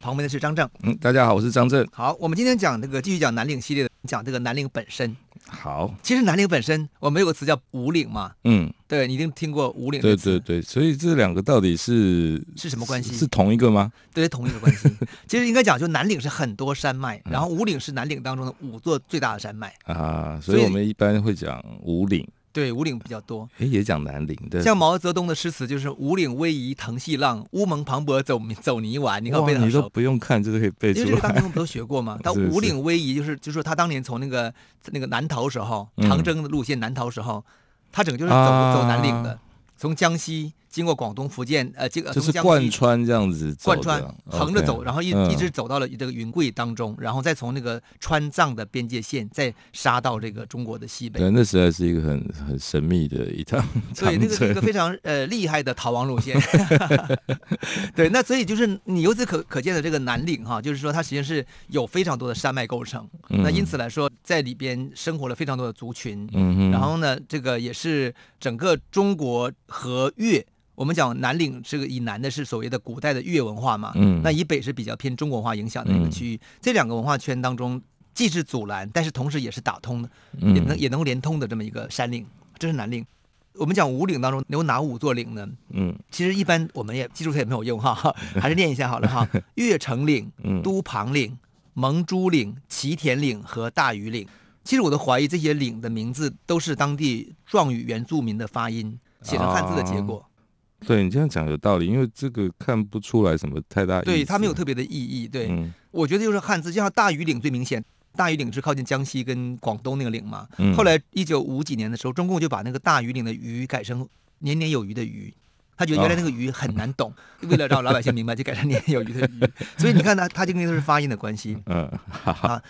旁边的是张正。嗯，大家好，我是张震。好，我们今天讲这个，继续讲南岭系列的，讲这个南岭本身。好，其实南岭本身，我们有个词叫五岭嘛，嗯，对你一定听过五岭这对个词，对对，所以这两个到底是是什么关系是同一个吗？对，同一个关 系。其实应该讲，就南岭是很多山脉，嗯然后五岭是南岭当中的五座最大的山脉，啊，所所以以我们一般会讲五岭，对，五岭比较多。诶，也讲南岭对。像毛泽东的诗词就是“五岭逶迤腾细浪，乌蒙磅礴走走泥丸”，你看我背哇，的很你都熟。不用看，这个可以背因出为这个当来。年我们都学过嘛，到 是是五岭逶迤就是就是说他当年从那个那个南逃时候，嗯长征的路线南逃时候，他整个就是走、啊走南岭的，从江西经过广东、福建，呃，这个就是从江西贯穿这样子走贯的，穿横着 OK 走，然后一嗯一直走到了这个云贵当中，然后再从那个川藏的边界线再杀到这个中国的西北，对，那实在是一个很很神秘的一 趟 所以长那个是一个征。非常呃厉害的逃亡路线。 对，那所以就是你由此可可见的这个南岭哈，就是说它实际上是有非常多的山脉构成，那因此来说在里边生活了非常多的族群，嗯哼，然后呢，这个也是整个中国和越。我们讲南岭这个以南的是所谓的古代的越文化嘛，嗯那以北是比较偏中国文化影响的一个嗯区域。这两个文化圈当中，既是阻拦，但是同时也是打通的，也能嗯也能连通的这么一个山岭，这是南岭。我们讲五岭当中有哪五座岭呢？嗯其实一般我们也记住它也没有用哈，还是念一下好了 哈。越城岭、嗯都庞岭、蒙珠岭、祁田岭和大庾岭。其实我都怀疑这些岭的名字都是当地壮语原住民的发音写成汉字的结果，哦对你这样讲有道理，因为这个看不出来什么太大意思。对它没有特别的意义。对，嗯我觉得就是汉字，就像大庾岭最明显。大庾岭是靠近江西跟广东那个岭嘛。嗯后来一九五几年的时候，中共就把那个大庾岭的“庾”改成“年年有余”的“余”，他觉得啊原来那个“余”很难懂，为了让老百姓明白，就改成“年年有余” 的“余”。所以你看它，它这个都是发音的关系。嗯，哈哈，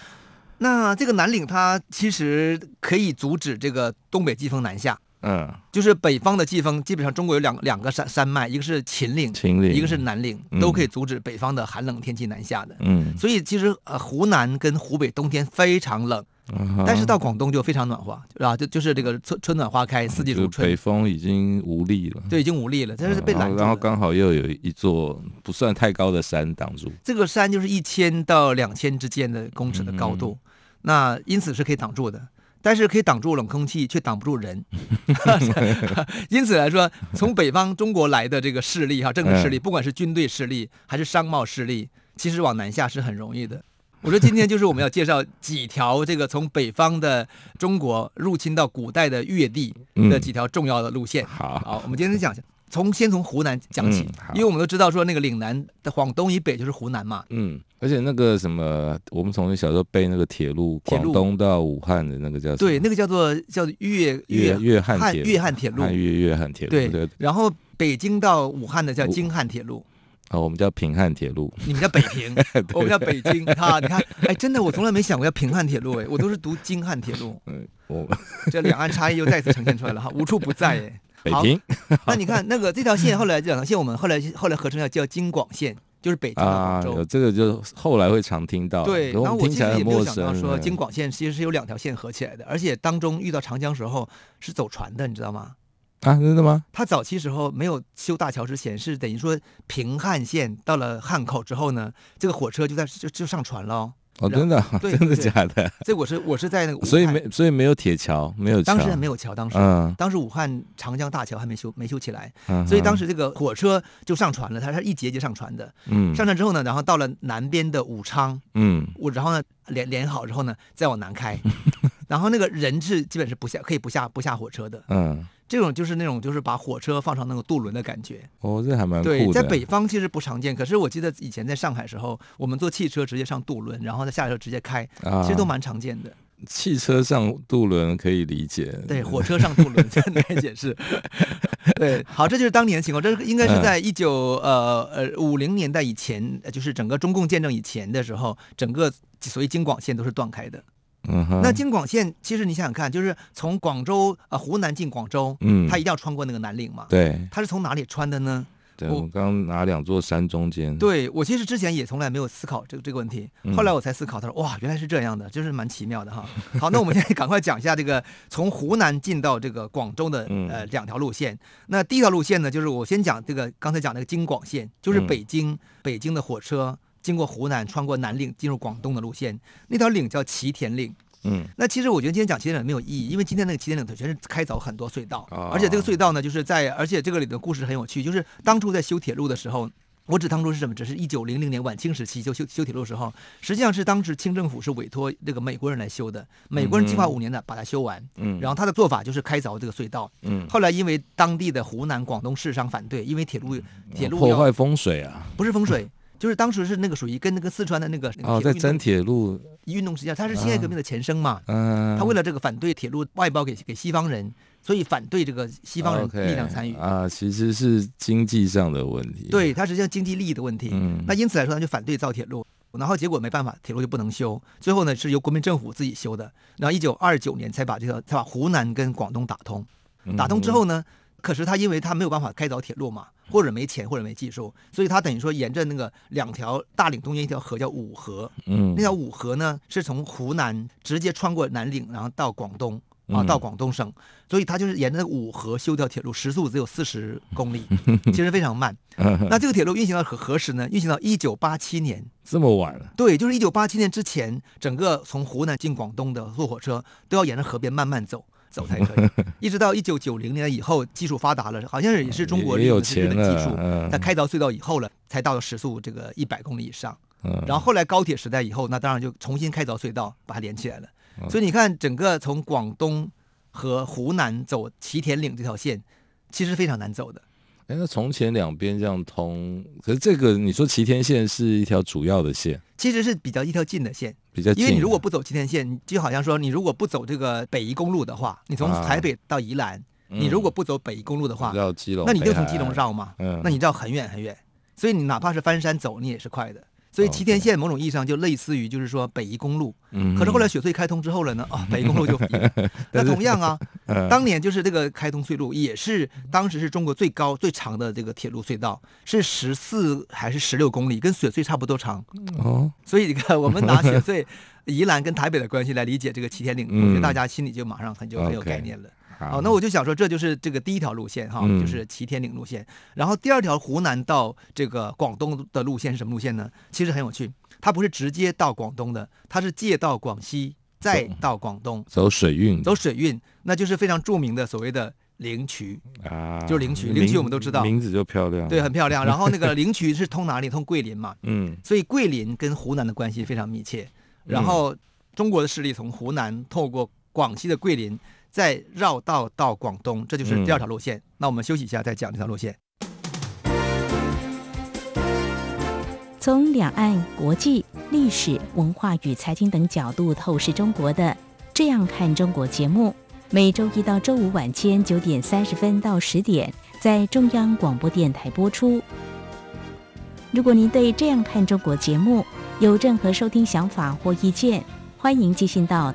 那这个南岭它其实可以阻止这个东北季风南下，嗯，就是北方的季风，基本上中国有两两个山山脉，一个是秦岭，秦岭一个是南岭，嗯都可以阻止北方的寒冷天气南下的。嗯，所以其实呃，湖南跟湖北冬天非常冷，但但是到广东就非常暖和，啊，就就是这个春春暖花开，四季如北春，风已经无力了，嗯对，已经无力了，但是被然拦后住然后了。刚好又有一座不算太高的山挡住，这个山就是一千到两千之间的公尺的高度，那因此是可以挡住的。但是可以挡住冷空气，却挡不住人。因此来说，从北方中国来的这个势力哈，政治势力，不管是军队势力还是商贸势力，其实往南下是很容易的。我说今天就是我们要介绍几条这个从北方的中国入侵到古代的越地的几条重要的路线。好， 好，我们今天讲一下，从先从湖南讲起嗯，好因为我们都知道说那个岭南的广东以北就是湖南嘛，嗯，而且那个什么，我们从小时候背那个铁路，铁路广东到武汉的那个叫什么对，那个叫做叫做粤粤粤汉汉铁粤汉铁路，汉粤粤汉铁路，对对，然后北京到武汉的叫武京汉铁 路，啊，我们叫平汉铁路，你们叫北平，我们叫北京。哈，你看，哎，真的，我从来没想过要平汉铁路，哎，我都是读京汉铁 路，嗯，我这两岸差异又再次呈现出来了哈，无处不在 哎。北好平那你看那个这条线，后来这两条线我们后来后来合称叫叫京广线，就是北京到啊，广州。有这个就后来会常听到，对，可然后我我啊们听其实起来也很没有陌想到生，说嗯京广线其实是有两条线合起来的，而且当中遇到长江时候是走船的，你知道吗？啊，真的吗？它早期时候没有修大桥之前，是等于说平汉线到了汉口之后呢，这个火车就在就就上船了哦。哦，然真的啊， 对真的对假的？这我是我是在那个武汉，所以没，所以没有铁桥，没有桥，当时还没有桥，当时、嗯，当时武汉长江大桥还没修没修起来，嗯，所以当时时这个火车就上船了，它它一节一节上船的，嗯上船之后呢，然后到了南边的武昌，嗯我然后呢连连好之后呢，再往南 开，然后那个人是基本是不下可以不下不下火车的，嗯，这种就是那种就是把火车放上那个渡轮的感觉。哦，这还蛮酷的。对，在北方其实不常见，可是我记得以前在上海时候，我们坐汽车直接上渡轮，然后再下车直接开，啊，其实都蛮常见的。汽车上渡轮可以理解， 对，火车上渡轮这很难解释。对，好，这就是当年的情况，这是应该嗯是在一九呃呃五零年代以前，呃就是整个中共建政以前的时候，整个所谓京广线都是断开的。嗯哼，那京广线其实你想想看，就是从广州啊、呃湖南进广州，嗯它一定要穿过那个南岭嘛。对嗯它是从哪里穿的呢？对，我我们刚刚拿两座山中间，对我其实之前也从来没有思考这个这个问题，嗯后来我才思考，他说哇，原来是这样的，就是蛮奇妙的 哈。好，那我们现在赶快讲一下这个从湖南进到这个广州的嗯呃两条路线。那第一条路线呢，就是我先讲这个刚才讲那个京广线，就是嗯北京、北京的火车经过湖南，穿过南岭进入广东的路线，那条岭叫齐田岭。嗯那其实我觉得今天讲起点岭没有意义，因为今天那个起点岭它全是开凿很多隧道，哦而且这个隧道呢，就是在而且这个里的故事很有趣，就是当初在修铁路的时候。我指当初是什么？只是一九零零年晚清时期就修修铁路的时候，实际上是当时清政府是委托这个美国人来修的，美国人计划嗯哼五年呢把它修完，嗯，然后他的做法就是开凿这个隧道。嗯，后来因为当地的湖南、广东市商反对，因为铁路铁路嗯破要坏风水啊，不是风水，就是当时是那个属于跟那个四川的那个那个哦，在啊铁路运动真铁路，运动时间，它是辛亥革命的前身嘛，嗯，他为了这个反对铁路外包给给西方人，所以反对这个西方人哦 OK，力量参与。啊，其实是经济上的问题，对，它实际上经济利益的问题。嗯，那因此来说，他就反对造铁路，然后结果没办法，铁路就不能修。最后呢，是由国民政府自己修的。然后一九二九年才把这个才把湖南跟广东打通。那打通之，后呢，可是他因为他没有办法开凿铁路嘛，或者没钱或者没技术，所以他等于说沿着那个两条大岭中间一条河叫五河，嗯，那条五河呢，是从湖南直接穿过南岭，然后到广东啊，嗯到广东省，所以它就是沿着那个五河修掉铁路，时速只有四十公 里，其实非常慢。嗯那这个铁路运行到何何时呢？运行到一九八七年，这么晚了，对，就是一九八七年之前，整个从湖南进广东的坐火车都要沿着河边慢慢走。走才 可以，一直到一九九零年以后，技术发达了，好像是也是中国也也利用有的是日钱本技了术，嗯它开凿隧道以后了，才到了时速这个一百公里以上。嗯，然后后来高铁时代以后，那当然就重新开凿隧道，把它连起来了。嗯所以你看，整个从广东和湖南走祁田岭这条线，其实非常难走的。哎，那从前两边这样通，可是这个你说齐天线是一条主要的线，其实是比较一条近的线，比较近因啊，为你如果不走祁田线，你就好像说你如果不走这个北宜公路的话，你从啊台北到宜兰，你如果不走北宜公路的话，绕基隆，那你就从北海基隆，绕嘛，嗯那你绕很远很远，所以你哪怕是翻山走，你也是快的。所哦以祁田线某种意义上就类似于就是说北宜公路，嗯可是后来雪隧开通之后了呢，啊，北宜公路就废了那同样啊，当年就是这个开通隧路，也是当时是中国最高最长的这个铁路隧道，是十四还是十六公里，跟雪隧差不多长。哦，所以你看，我们拿 雪隧、宜兰跟台北的关系来理解这个祁田岭，我觉得大家心里就马上很就很有嗯 OK 概念了。好好，那我就想说，这就是这个第一条路线哈，嗯就是祁天岭路线。然后第二条湖南到这个广东的路线是什么路线呢？其实很有趣，它不是直接到广东的，它是借到广西，再到广东，走水运，走水运，那就是非常著名的所谓的灵渠，啊，就是灵渠名灵渠我们都知道名字就漂亮，对，，很啊漂亮。然后 那个灵渠是通哪里？通桂林嘛，嗯所以桂林跟湖南的关系非常密切。然嗯后中国的势力从湖南透过广西的桂林，再绕道到广东，这就是嗯第二条路线。那我们休息一下，再讲这条路线。从两岸、国际、历史文化与财经等角度透视中国的《这样看中国》节目，每周一到周五晚间九点三十分到十点在中央广播电台播出。如果您对《这样看中国》节目有任何收听想法或意见，欢迎寄信到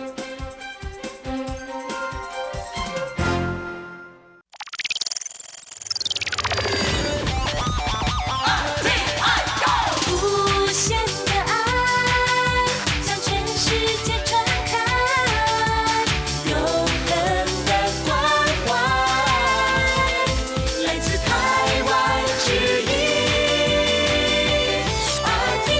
无限的爱向全世界传开，永恒的关怀来自台湾之音。RTI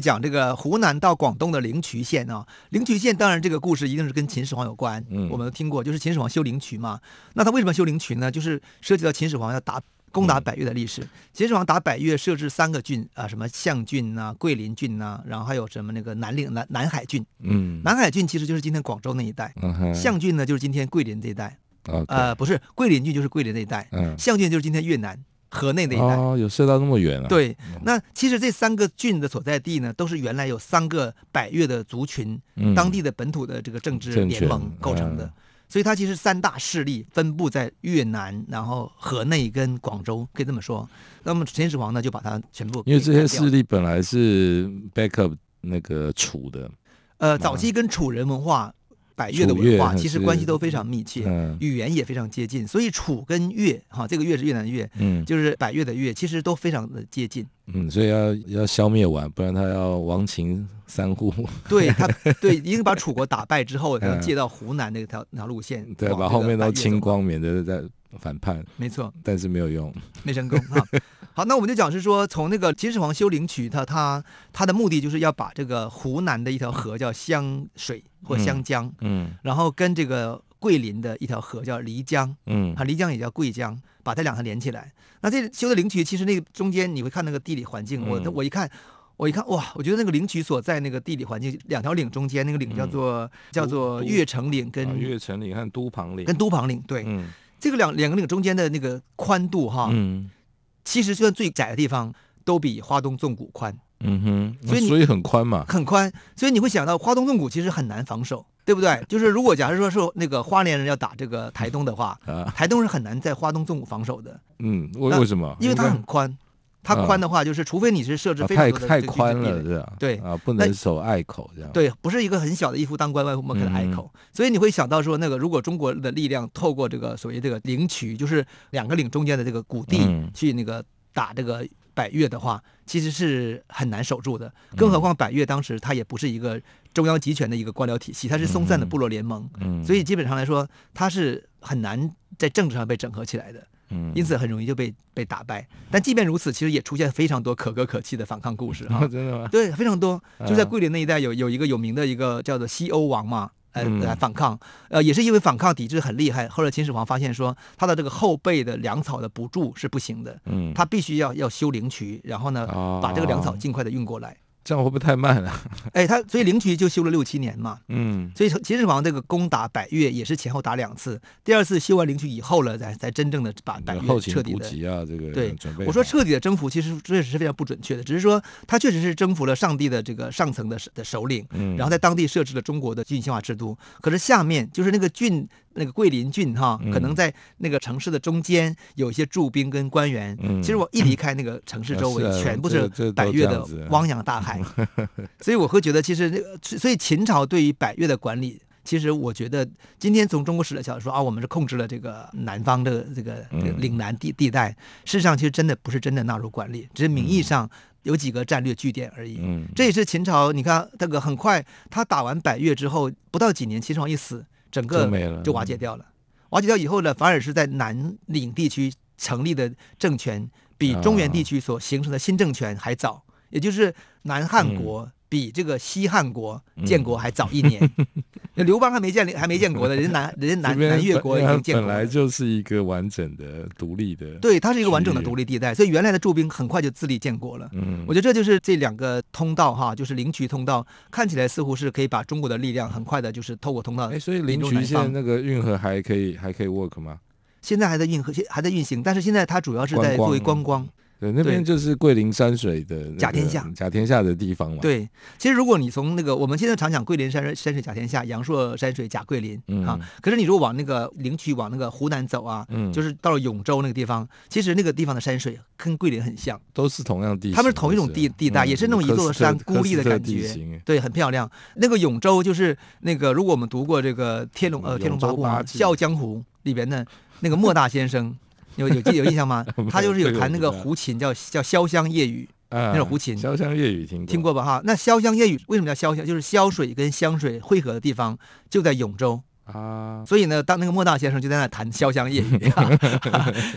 讲这个湖南到广东的灵渠县啊，灵渠县当然这个故事一定是跟秦始皇有关，嗯我们都听过，就是秦始皇修灵渠嘛。那他为什么修灵渠呢？就是涉及到秦始皇要打攻嗯打百越的历史。秦始皇打百越设置三个郡啊，什么象郡呐、桂林郡呐、然后还有什么那个南岭南南海郡，嗯，南海郡其实就是今天广州那一带，嗯哼象郡呢就是今天桂林这一带， OK，呃，不是桂林郡就是桂林那一带，嗯，象郡就是今天越南河内那一带。哦，有射到那么远啊？，对，那其实这三个郡的所在地呢，都是原来有三个百越的族群，嗯当地的本土的这个政治政联权盟构成的。嗯所以它其实三大势力分布在越南，然后河内跟广州，可以这么说。那么秦始皇呢，就把它全部因为给这些干掉势力本来是 backup 那个楚的，呃，早期跟楚人文化、百越的嗯楚文越化还其实是关系都非常密切，嗯语言也非常接近，所以楚跟越哈，这个越是越南越，嗯就是百越的越，其实都非常的接近。嗯，所以要要消灭完，不然他要亡秦三户， 对他，对，一个把楚国打败之后，他能借到湖南那条那条路线，嗯对，往把这后个面百都越走清，光，免得再反叛，没错，但是没有用。没成功哈。 好，那我们就讲是说，从那个秦始皇修灵渠，他他他的目的就是要把这个湖南的一条河叫湘水或湘江，嗯然后跟这个桂林的一条河叫漓江，嗯啊，漓江也叫桂江，把它两条连起来。那这修的灵渠，其实那个中间你会看那个地理环境，我嗯我一看。我一看，哇！我觉得那个灵渠所在那个地理环境，两条岭中间那个岭叫做、叫做嗯都越城岭跟、啊越城岭和都庞岭跟，都庞岭，对，嗯这个两两个岭中间的那个宽度哈，嗯其实就算最窄的地方都比花东纵谷宽，嗯哼，所以你所以很宽嘛，很宽，所以你会想到花东纵谷其实很难防守，对不嗯对？就是如果假如说是那个花莲人要打这个台东的话，啊，台东是很难在花东纵谷防守的，嗯，为那为什么？因为它该很宽，它啊宽的话就是，除非你是设置啊非常太多的太这个宽地了，雷是吧？对啊，不那能守隘口这样。，对，不是一个很小的一夫当关万夫莫嗯开的隘口，所以你会想到说，那个如果中国的力量透过这个所谓这个领取，就是两个岭中间的这个谷地、嗯去那个打这个百越的话，其实是很难守住的。嗯更何况百越当时它也不是一个中央集权的一个官僚体系，它是松散的部落联盟，嗯，所以基本上来说，它是很难在政治上被整合起来的。嗯，因此很容易就被被打败。但即便如此，其实也出现非常多可歌可泣的反抗故事啊哦真的吗？对，非常多。就在啊桂林那一带有有一个有名的一个叫做西欧王嘛。呃嗯，来反抗，呃，也是因为反抗抵制很厉害。后来秦始皇发现说，他的这个后背的粮草的补助是不行的，嗯，哦他必须要要修灵渠，然后呢，把这个粮草尽快的运过来。这样会不会太慢 了？哎，他所以灵渠就修了六七年嘛。嗯所以秦始皇这个攻打百越也是前后打两次，第二次修完灵渠以后了，才才真正的把百嗯后越勤彻底补的给啊，这个对准备好。我说彻底的征服，其实确实是非常不准确的，只是说他确实是征服了上帝的这个上层的的首领，嗯然后在当地设置了中国的郡县化制度。可是下面就是那个郡，那个桂林郡哈，可能嗯在那个城市的中间有一些驻兵跟官员。嗯其实我一离开那个城市啊周围，是啊全部这是这都百越这的样子啊汪洋大海，所以我会觉得其实那个，所以秦朝对于百越的管理。其实我觉得，今天从中国史的角度说啊，我们是控制了这个南方这个这个这个嗯岭南地地带，事实上其实真的不是真的纳入管理，只是名义上有几个战略据点而已。嗯，这也是秦朝，你看那个很快，他打完百越之后，不到几年，秦始皇一死，整个就没了嗯就瓦解掉了。瓦解掉以后呢，反而是在南岭地区成立的政权，比啊中原地区所形成的新政权还早，也就是南汉国。比这个西汉国嗯建国还早一 年，那刘邦还没建立，还没建国呢，人家南人家这南边南越本国已它经建本国来了。就是一个完整的独立的，，对，它是一个完整的区域独立地带，所以原来的驻兵很快就自立建国了。嗯，我觉得这就是这两个通道哈，就是灵渠通道，看起来似乎是可以把中国的力量很快的，就是透过通道哎，，所以林中渠南现在方那个运河还可以还可以 work 吗？现在还在运河，还在运行，但是现在它主要是在观光作为观光。对，那对边就是桂林山水的那甲天个嗯下甲天下的地方嘛。，对，其实如果你从那个我们现在常讲桂林山水山水甲天下，阳朔山水甲桂林、啊嗯，可是你如果往那个灵渠往那个湖南走啊，嗯就是到了永州那个地方，其实那个地方的山水跟桂林很像。都是同样地形，它们是同一种就地地带，嗯也是那种一科座斯特山科孤立斯的特感地觉形，对，很漂亮。那个永州就是那个，如果我们读过这个《天龙》呃《嗯永天龙八州部》嘛，八《记笑傲江湖》里边的那个莫大先生，有有记有印象吗 没？有他就是这有个弹我那不个知道胡琴，叫叫《潇湘夜雨那种胡琴啊潇湘夜雨听》，听过吧？哈，那《潇湘夜雨》为什么叫潇湘？就是潇水跟湘水汇合的地方就在永州。啊？所以呢，当那个莫大先生就在那弹《潇湘夜雨》，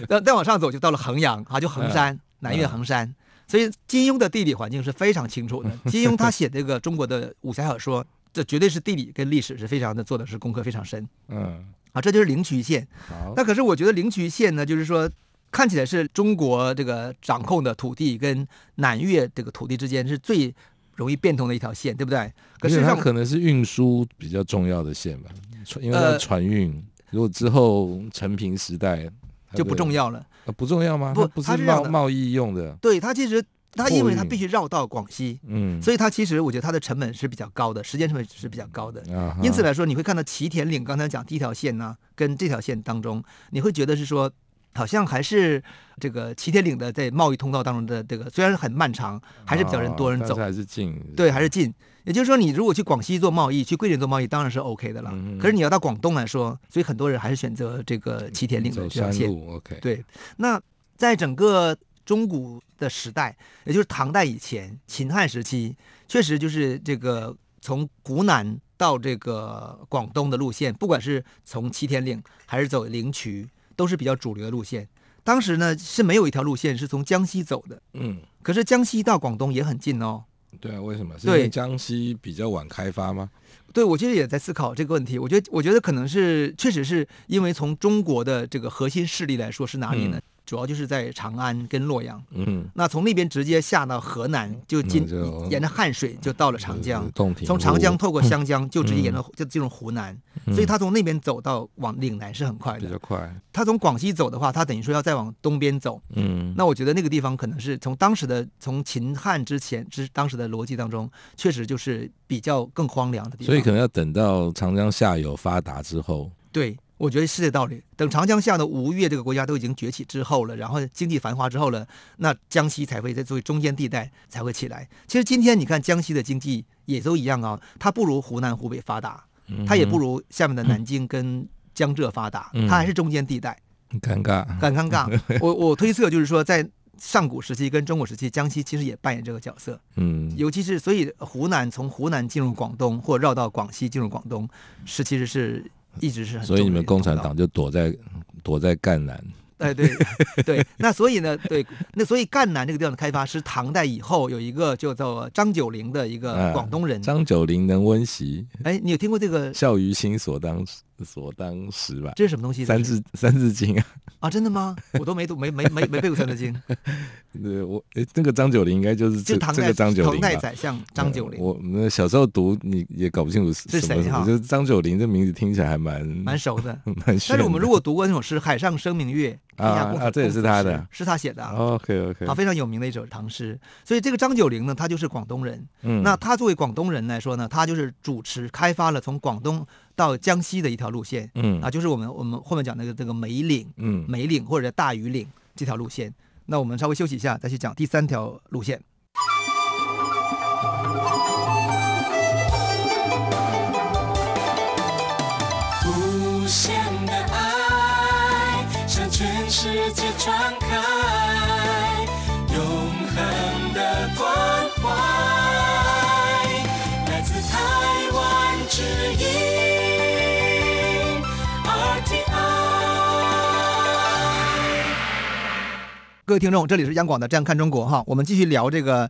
再再往上走就到了衡阳啊，就衡山，南岳衡山。所以金庸的地理环境是非常清楚的。金庸他写这个中国的武侠小说，这绝对是地理跟历史是非常的做的是功课非常深嗯，啊，这就是灵渠县。 好，那可是我觉得灵渠县呢，就是说看起来是中国这个掌控的土地跟南越这个土地之间是最容易变通的一条线，对不对？可而是事且实它上，可能是运输比较重要的线吧，船因为它呃船运，如果之后成平时代它就不的重、要了。呃不重要吗？不它不它是是这样贸的贸易用的，对，它其实它因为它货运必须绕道广西，嗯，所以它其实我觉得它的成本是比较高的，时间成本是比较高的。以啊哈，因此来说，你会看到齐田岭刚才讲第一条线呢、跟这条线当中，你会觉得是说，好像还是这个齐田岭的在贸易通道当中的这个，虽然很漫长，还是比较人多人哦但走是，还是近，对，还是近。也就是说，你如果去广西做贸易，去桂林做贸易，当然是 OK 的了。嗯哼嗯可是你要到广东来说，所以很多人还是选择这个齐田岭的走这条山线。路，OK，对，那在整个中古的时代，也就是唐代以前、秦汉时期，确实就是这个从湖南到这个广东的路线，不管是从齐天岭还是走灵渠，都是比较主流的路线。当时呢是没有一条路线是从江西走的，嗯，可是江西到广东也很近哦。对啊，为什么？是因为对江西比较晚开发吗？对，我其实也在思考这个问题。我觉得，我觉得可能是确实是因为从中国的这个核心势力来说是哪里呢？主要就是在长安跟洛阳。嗯，那从那边直接下到河南，就进那就沿着汉水就到了长江，洞庭，从长江透过湘江就直接沿嗯着就进入湖南，所以他从那边走到往岭南是很快比的较。快，他从广西走的话，他等于说要再往东边走。嗯，那我觉得那个地方可能是从当时的从秦汉之前之当时的逻辑当中，确实就是比较更荒凉的地方。所以可能要等到长江下游发达之后，对，我觉得是这道理。等长江下的吴越这个国家都已经崛起之后了，然后经济繁华之后了，那江西才会在作为中间地带才会起来。其实今天你看江西的经济也都一样啊，它不如湖南、湖北发达，它也不如下面的南京跟江浙发达，嗯它还是中间地带，很尴尬，很尴尬。 我我推测就是说，在上古时期跟中古时期，江西其实也扮演这个角色。嗯，尤其是所以湖南从湖南进入广东，或绕到广西进入广东，是其实是一直是很重所要的以一个你们共产通道党就躲在躲在赣南，哎，对对，那所以呢，对，那所以赣南这个地方的开发是唐代以后有一个叫做张九龄的一个啊广东人，张九龄能温习，哎、你有听过这个？孝于亲所当所当时吧。这是什么东西？三这是字三字经啊， 啊，真的吗？我都没读，没没没没背过《三字经》，对我诶那个张九龄应该就是就这唐这代个张九唐龄代吧宰相张九嗯龄，我那小时候读你也搞不清楚是是什谁么什么，哈就是张九龄这名字听起来还蛮蛮熟 的。蛮炫的。但是我们如果读过那首诗《海上生明月》，天下啊共啊这也共是此他时的，是他写的啊。 OK OK，啊，非常有名的一首唐诗，所以这个张九龄呢，他就是广东人，嗯那他作为广东人来说呢，他就是主持开发了从广东到江西的一条路线嗯啊，就是我们我们后面讲那个这个梅岭、嗯梅岭或者大屿岭这条路线。那我们稍微休息一下，再去讲第三条路线。无限的爱向全世界传开，永恒的关怀，来自台湾之音 RTI。各位听众，这里是央广的《这样看中国》哈，我们继续聊这个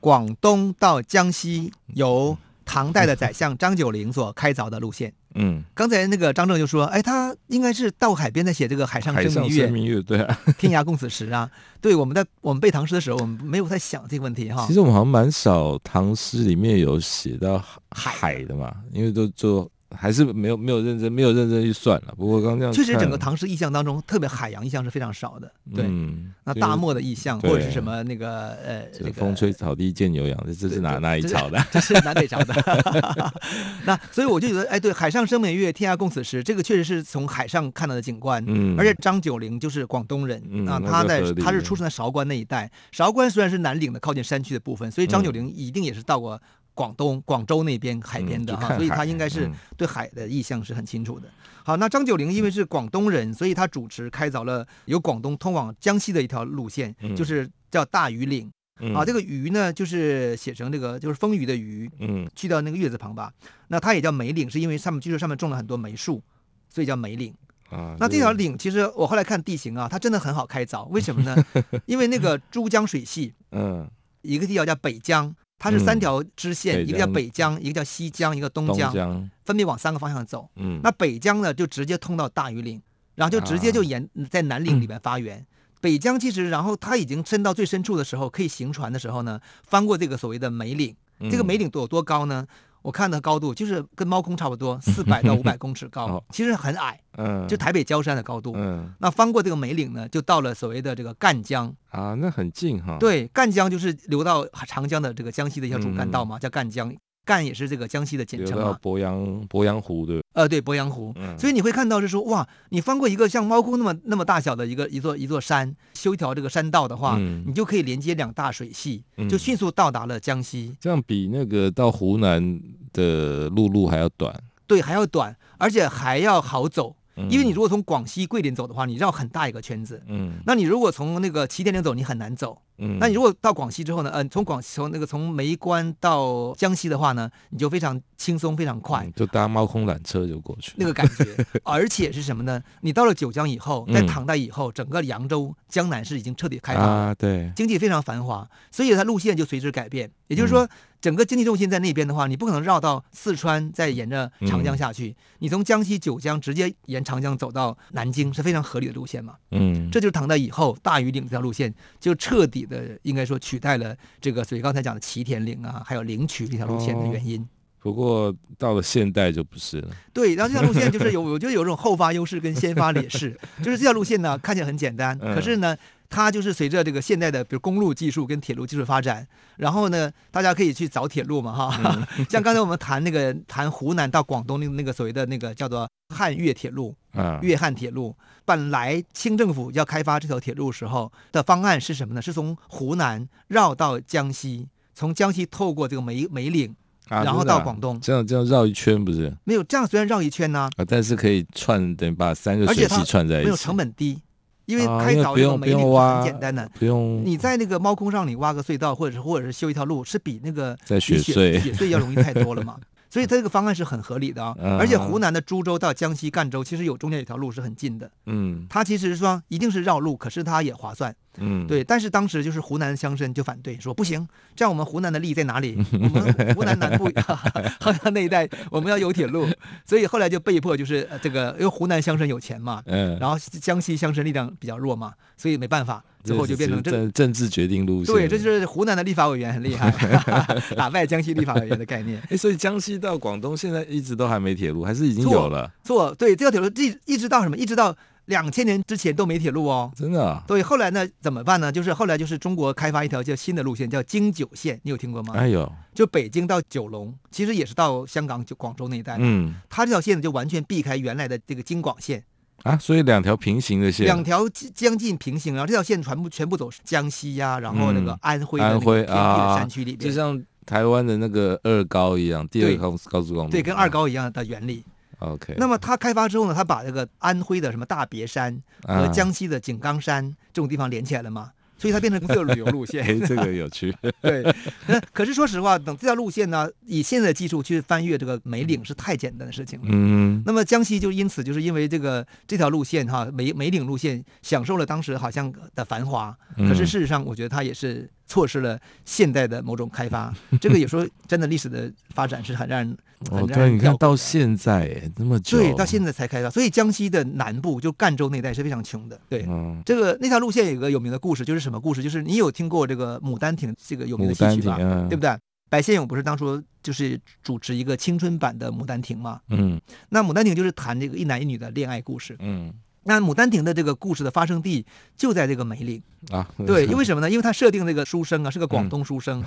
广东到江西由唐代的宰相张九龄所开凿的路线。嗯，刚才那个张正就说，哎，他应该是到海边在写这个“海上海生上明月生”，明月，对啊。天涯共此时啊。对，我们在我们背唐诗的时候，我们没有在想这个问 题哈其。实我们好像蛮少唐诗里面有写到海海海的嘛，因为都就还是没有没有认真没有认真去算了。不过刚这样确实，看整个唐诗意象当中，特别海洋意象是非常少的。对，嗯，那这大个漠的意象对或者是什么那个呃，这这个个风吹草低见牛羊，这这是哪哪里这炒 的？这是南北朝的。 那所以我就觉得，哎，对，海上生明月，天涯共此时，这个确实是从海上看到的景观。嗯而且张九龄就是广东人，嗯啊，那他就在合理他是出生在韶关那一带。韶关虽然是南岭的靠近山区的部分，所以张九龄一定也是到过广东、广州那边海边的嗯嗯就哈、看所以海他应该是嗯对海的意向是很清楚的。好，那张九龄因为是广东人，所以他主持开凿了由广东通往江西的一条路线，嗯就是叫大屿岭。啊，这个个鱼呢，就是写成这个就是丰腴的鱼，嗯去掉那个月字旁吧。那它也叫梅岭，是因为上面据说上面种了很多梅树，所以叫梅岭。啊，那就这条岭其实我后来看地形啊，它真的很好开凿，为什么呢？ 因为那个珠江水系嗯，一个地方叫北江，它是三嗯条支线，北一个叫江北江，一个叫西江，一个东东江，江，分别往三个方向走。嗯，那北江呢，就直接通到大榆岭，然后就直啊接就沿、在南嗯岭里面发源。北江其实，然后它已经深到最深处的时候，可以行船的时候呢，翻过这个所谓的梅岭。这个嗯梅岭多有多高呢？我看的高度就是跟猫空差不多，四百到五百公尺高 哦，其实很矮，嗯，就台北郊山的高度。嗯那翻过这个梅岭呢，就到了所谓的这个赣江。啊，那很近哈，，对，赣江就是流到长江的这个江西的一条主干道嘛，叫赣江。赣也是这个江西的简嗯流称到嘛。鄱阳鄱阳湖对不对，呃，对，鄱阳湖。嗯，啊所以你会看到是说，哇，你翻过一个像猫空那么那么大小的一个一座一座山，修一条这个山道的话，嗯你就可以连接两大水系，嗯就迅速到达了江西。这样比那个到湖南的陆路还要短，对，还要短，而且还要好走，因为你嗯如果从广西桂林走的话，你绕很大一个圈子。嗯那你如果从那个祁连岭走，你很难走。嗯，那你如果到广西之后呢，嗯、从广西从那个从梅关到江西的话呢，你就非常轻松，非常快。嗯就搭猫空缆车就过去，那个感 觉，而且是什么呢？你到了九江以后，在嗯唐代以后，整个扬州、江南是已经彻底开发了，啊，对，经济非常繁华，所以它路线就随之改变。也嗯就是说，整个经济重心在那边的话，你不可能绕到四川，再沿着长江嗯下去。你从江西九江直接沿长江走到南京，是非常合理的路线嘛？嗯，这就是唐代以后大庾岭这条路线就彻底的，应该说取代了这个所以刚才讲的祁田岭啊，还有灵渠这条路线的原因。不过到了现代就不是了，对，然后这条路线就是有，我 觉得有一种后发优势跟先发劣势，就是这条路线呢看起来很简单，嗯可是呢，它就是随着这个现代的比如公路技术跟铁路技术发展，然后呢，大家可以去凿铁路嘛哈， 像刚才我们谈那个谈湖南到广东那个那个所谓的那个叫做汉粤铁路，啊，粤汉铁路，本来清政府要开发这条铁路时候的方案是什么呢？是从湖南绕到江西，从江西透过这个梅梅岭，啊然后真的啊到广东这样这样绕一圈不是没有这样虽然绕一圈呢、啊，但是可以串，等于把三个而且水它系串在一没有起成，本低，因为哎啊开因为凿不这个用梅岭不用是很挖嗯简单的。不用你在那个猫空上，你挖个隧道，或者是或者是修一条路，是比那个在比雪雪隧雪隧要容易太多了嘛。 所以它这个方案是很合理的啊、嗯而且湖南的株洲到江西赣州其实有中间有一条路是很近的，嗯它其实是说一定是绕路，可是它也划算。嗯，对，但是当时就是湖南乡绅就反对，说不行，这样我们湖南的利益在哪里？我们湖南南部 河南那一带我们要有铁路，所以后来就被迫就是呃这个，因为湖南乡绅有钱嘛，嗯，然后江西乡绅力量比较弱嘛，所以没办法，最后就变成这这。政政治决定路线，对，这就是湖南的立法委员很厉害， 打败江西立法委员的概念。哎，所以江西到广东现在一直都还没铁路，还是已经错有了？错，对，这条铁路一一直到什么？一直到两千年之前都没铁路哦。真的啊？对，后来呢怎么办呢？就是后来就是中国开发一条叫新的路线，叫京九线，你有听过吗？哎呦，就北京到九龙，其实也是到香港、就广州那一带。嗯它这条线呢，就完全避开原来的这个京广线，啊，所以两条平行的线，两条几将近平行，然后这条线全部全部走江西呀、然后那个嗯安徽的那安个徽偏僻的啊，山区里就边，像台湾的那个二高一样，第对二高高速公路，对，跟二高一样的原理。啊 OK，那么它开发之后呢，它把这个安徽的什么大别山和啊江西的井冈山这种地方连起来了嘛，所以它变成自由旅游路线。 哎，这个 有趣，对，那可是说实话，等这条路线呢，以现在的技术去翻越这个梅岭是太简单的事情了。嗯，那么江西就因此就是因为这个这条路线哈梅梅岭路线享受了当时好像的繁华，嗯可是事实上我觉得它也是错失了现代的某种开发。这个有 时候真的历史的发展是很让人哦，很让对，人你吊看诡到的现在哎，那么久，对到现在才开发，所以江西的南部就赣州那一带是非常穷的。对，嗯，这个那条路线有一个有名的故事，就是什么故事？就是你有听过这个《牡丹亭》这个有名的牡戏丹曲亭吧？啊，对不对？白先勇不是当初就是主持一个青春版的《牡丹亭》嘛？嗯那《牡丹亭》就是谈这个一男一女的恋爱故事。嗯那《牡丹亭》的这个故事的发生地就在这个梅岭，啊， 对，因为什么呢？因为他设定这个书生啊是个广东书生，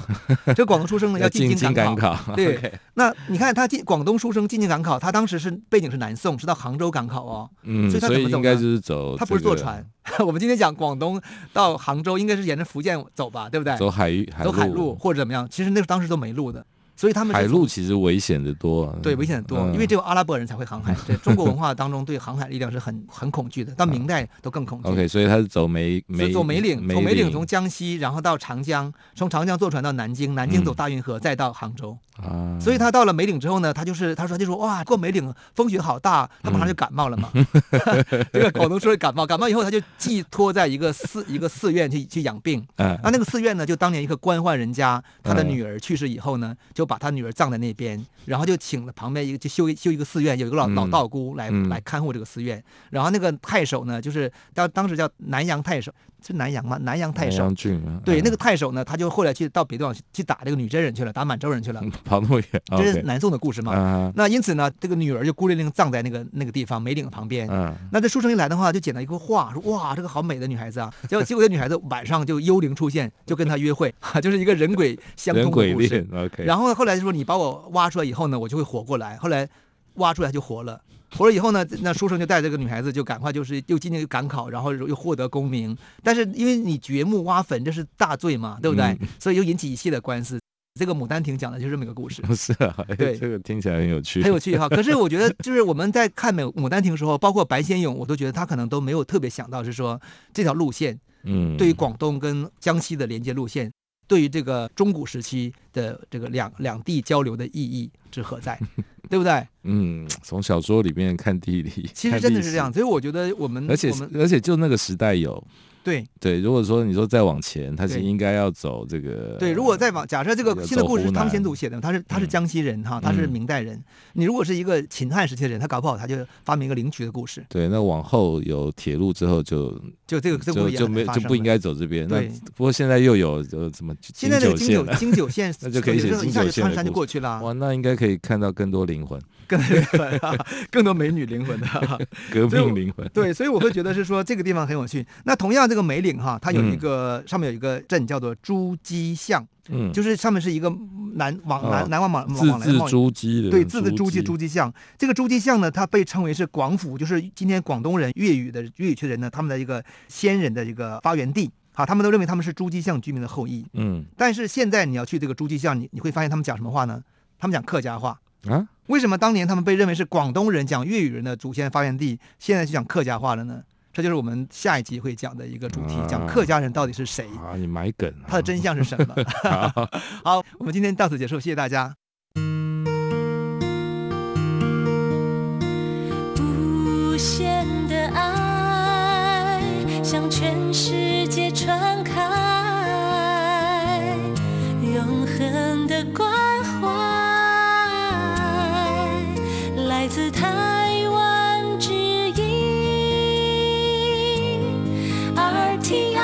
这个广东书生呢要进进京赶赶考。 考，对 OK，那你看他进广东书生进京赶考，他当时是背景是南宋，是到杭州赶考哦，嗯，所以他所怎以么走应该呢就是走，他不是坐船，。 我们今天讲广东到杭州，应该是沿着福建走吧，对不对？走海域海走海路，或者怎么样，其实那个当时都没路的。所以他们是海从陆其实危险的多、啊，对，危险的多，嗯因为只有阿拉伯人才会航海。对中国文化当中对航海力量是很很恐惧的，到明代都更恐惧。啊 OK，所以他是走梅所梅以走梅岭，从梅梅岭从江西，然后到长江，从长江坐船到南京，南京走嗯大运河，再到杭州。啊，所以他到了梅岭之后呢，他就是他说他就说哇，过梅岭风雪好大，他马上嗯就感冒 了嘛。 这个广东说是感冒，感冒以后他就寄托在一个寺一个寺院去去养病。嗯啊，那个寺院呢，就当年一个官宦人家，他的嗯女儿去世以后呢，就把他女儿葬在那边，然后就请了旁边一个就修一修一个寺院，有一个老老嗯道姑来嗯来看护这个寺院。然后那个太守呢，就是当当时叫南阳太守，是南阳吗？南阳太南守阳。郡啊，对，那个个太守呢，他就后来去到别地方去去打这个女真人去了，打满洲人去了。 跑那么远，这是嗯 OK 南宋的故事嘛。啊，那因此呢，这个女儿就孤零零葬在那个那个地方梅岭旁边。嗯，那这书生一来的话，就捡到一幅画，说哇，这个好美的女孩子啊！结果结果这女孩子晚上就幽灵出现，就跟他约会， 就是一个人鬼相人通的鬼故事。恋，OK，然后呢后来就说你把我挖出来以后呢，我就会活过来。后来挖出来就活了，活了以后呢，那书生就带这个女孩子就赶快就是又进行赶考，然后又获得功名。但是因为你掘墓挖坟这是大罪嘛，对不对？嗯所以又引起一系列官司。这个《牡丹亭》讲的就是这么一个故事。 不是啊，哎对这个听起来很有趣，很有趣哈。可是我觉得，就是我们在看美《牡丹亭》的时候，包括白先勇，我都觉得他可能都没有特别想到是说这条路线嗯，对于广东跟江西的连接路线，对于这个中古时期的这个两两地交流的意义之何 在，对不对？嗯，从小说里面看地理，其实看真的历是史这样，，所以我觉得我们而且我们而且就那个时代有。对对，如果说你说再往前，他是对应该要走这个对，如果再往假设这个要新的呃走故事湖是汤南显祖写的，他是他是嗯江西人哈，他是嗯明代人。你如果是一个秦汉时期的人，他搞不好他就发明一个灵渠的故事，对，那往后有铁路之后就，就这个这个就不一样就没发就生不了应该走这边。那对不过现在又有呃什么现在这个九京线九 了，，京九线那就可以写这个一下就京九线的穿山就故事过去了啊，哇，那应该可以看到更多灵魂，更 更多美女灵魂的 啊。革所以命我灵魂。对，所以我会觉得是说这个地方很有趣。那同样这个梅岭哈，它有一个、上面有一个镇叫做朱鸡巷，嗯，就是上面是一个南往南、哦南往往往字往南字往。珠玑的，对，字字珠玑，玑朱鸡巷。这个朱鸡巷呢，它被称为是广府，就是今天广东人粤语的粤语区人呢，他们的一个先人的一个发源地。好，他们都认为他们是朱鸡巷居民的后裔。嗯但是现在你要去这个朱鸡巷，你你会发现他们讲什么话呢？他们讲客家话。啊，为什么当年他们被认为是广东人讲粤语人的祖先发源地，现在就讲客家话了呢？这就是我们下一集会讲的一个主题，啊讲客家人到底是谁，啊，你埋梗啊，他的真相是什么。好，我们今天到此结束，谢谢大家。无限的爱向全世界传开，永恒的关怀来自台湾之音 RTI。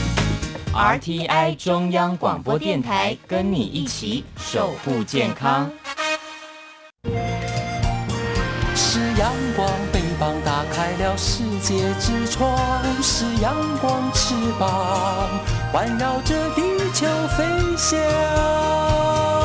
RTI 中央广播电台，跟你一起守护健康。是阳光，翅膀打开了世界之窗；是阳光，翅膀环绕着地球飞翔。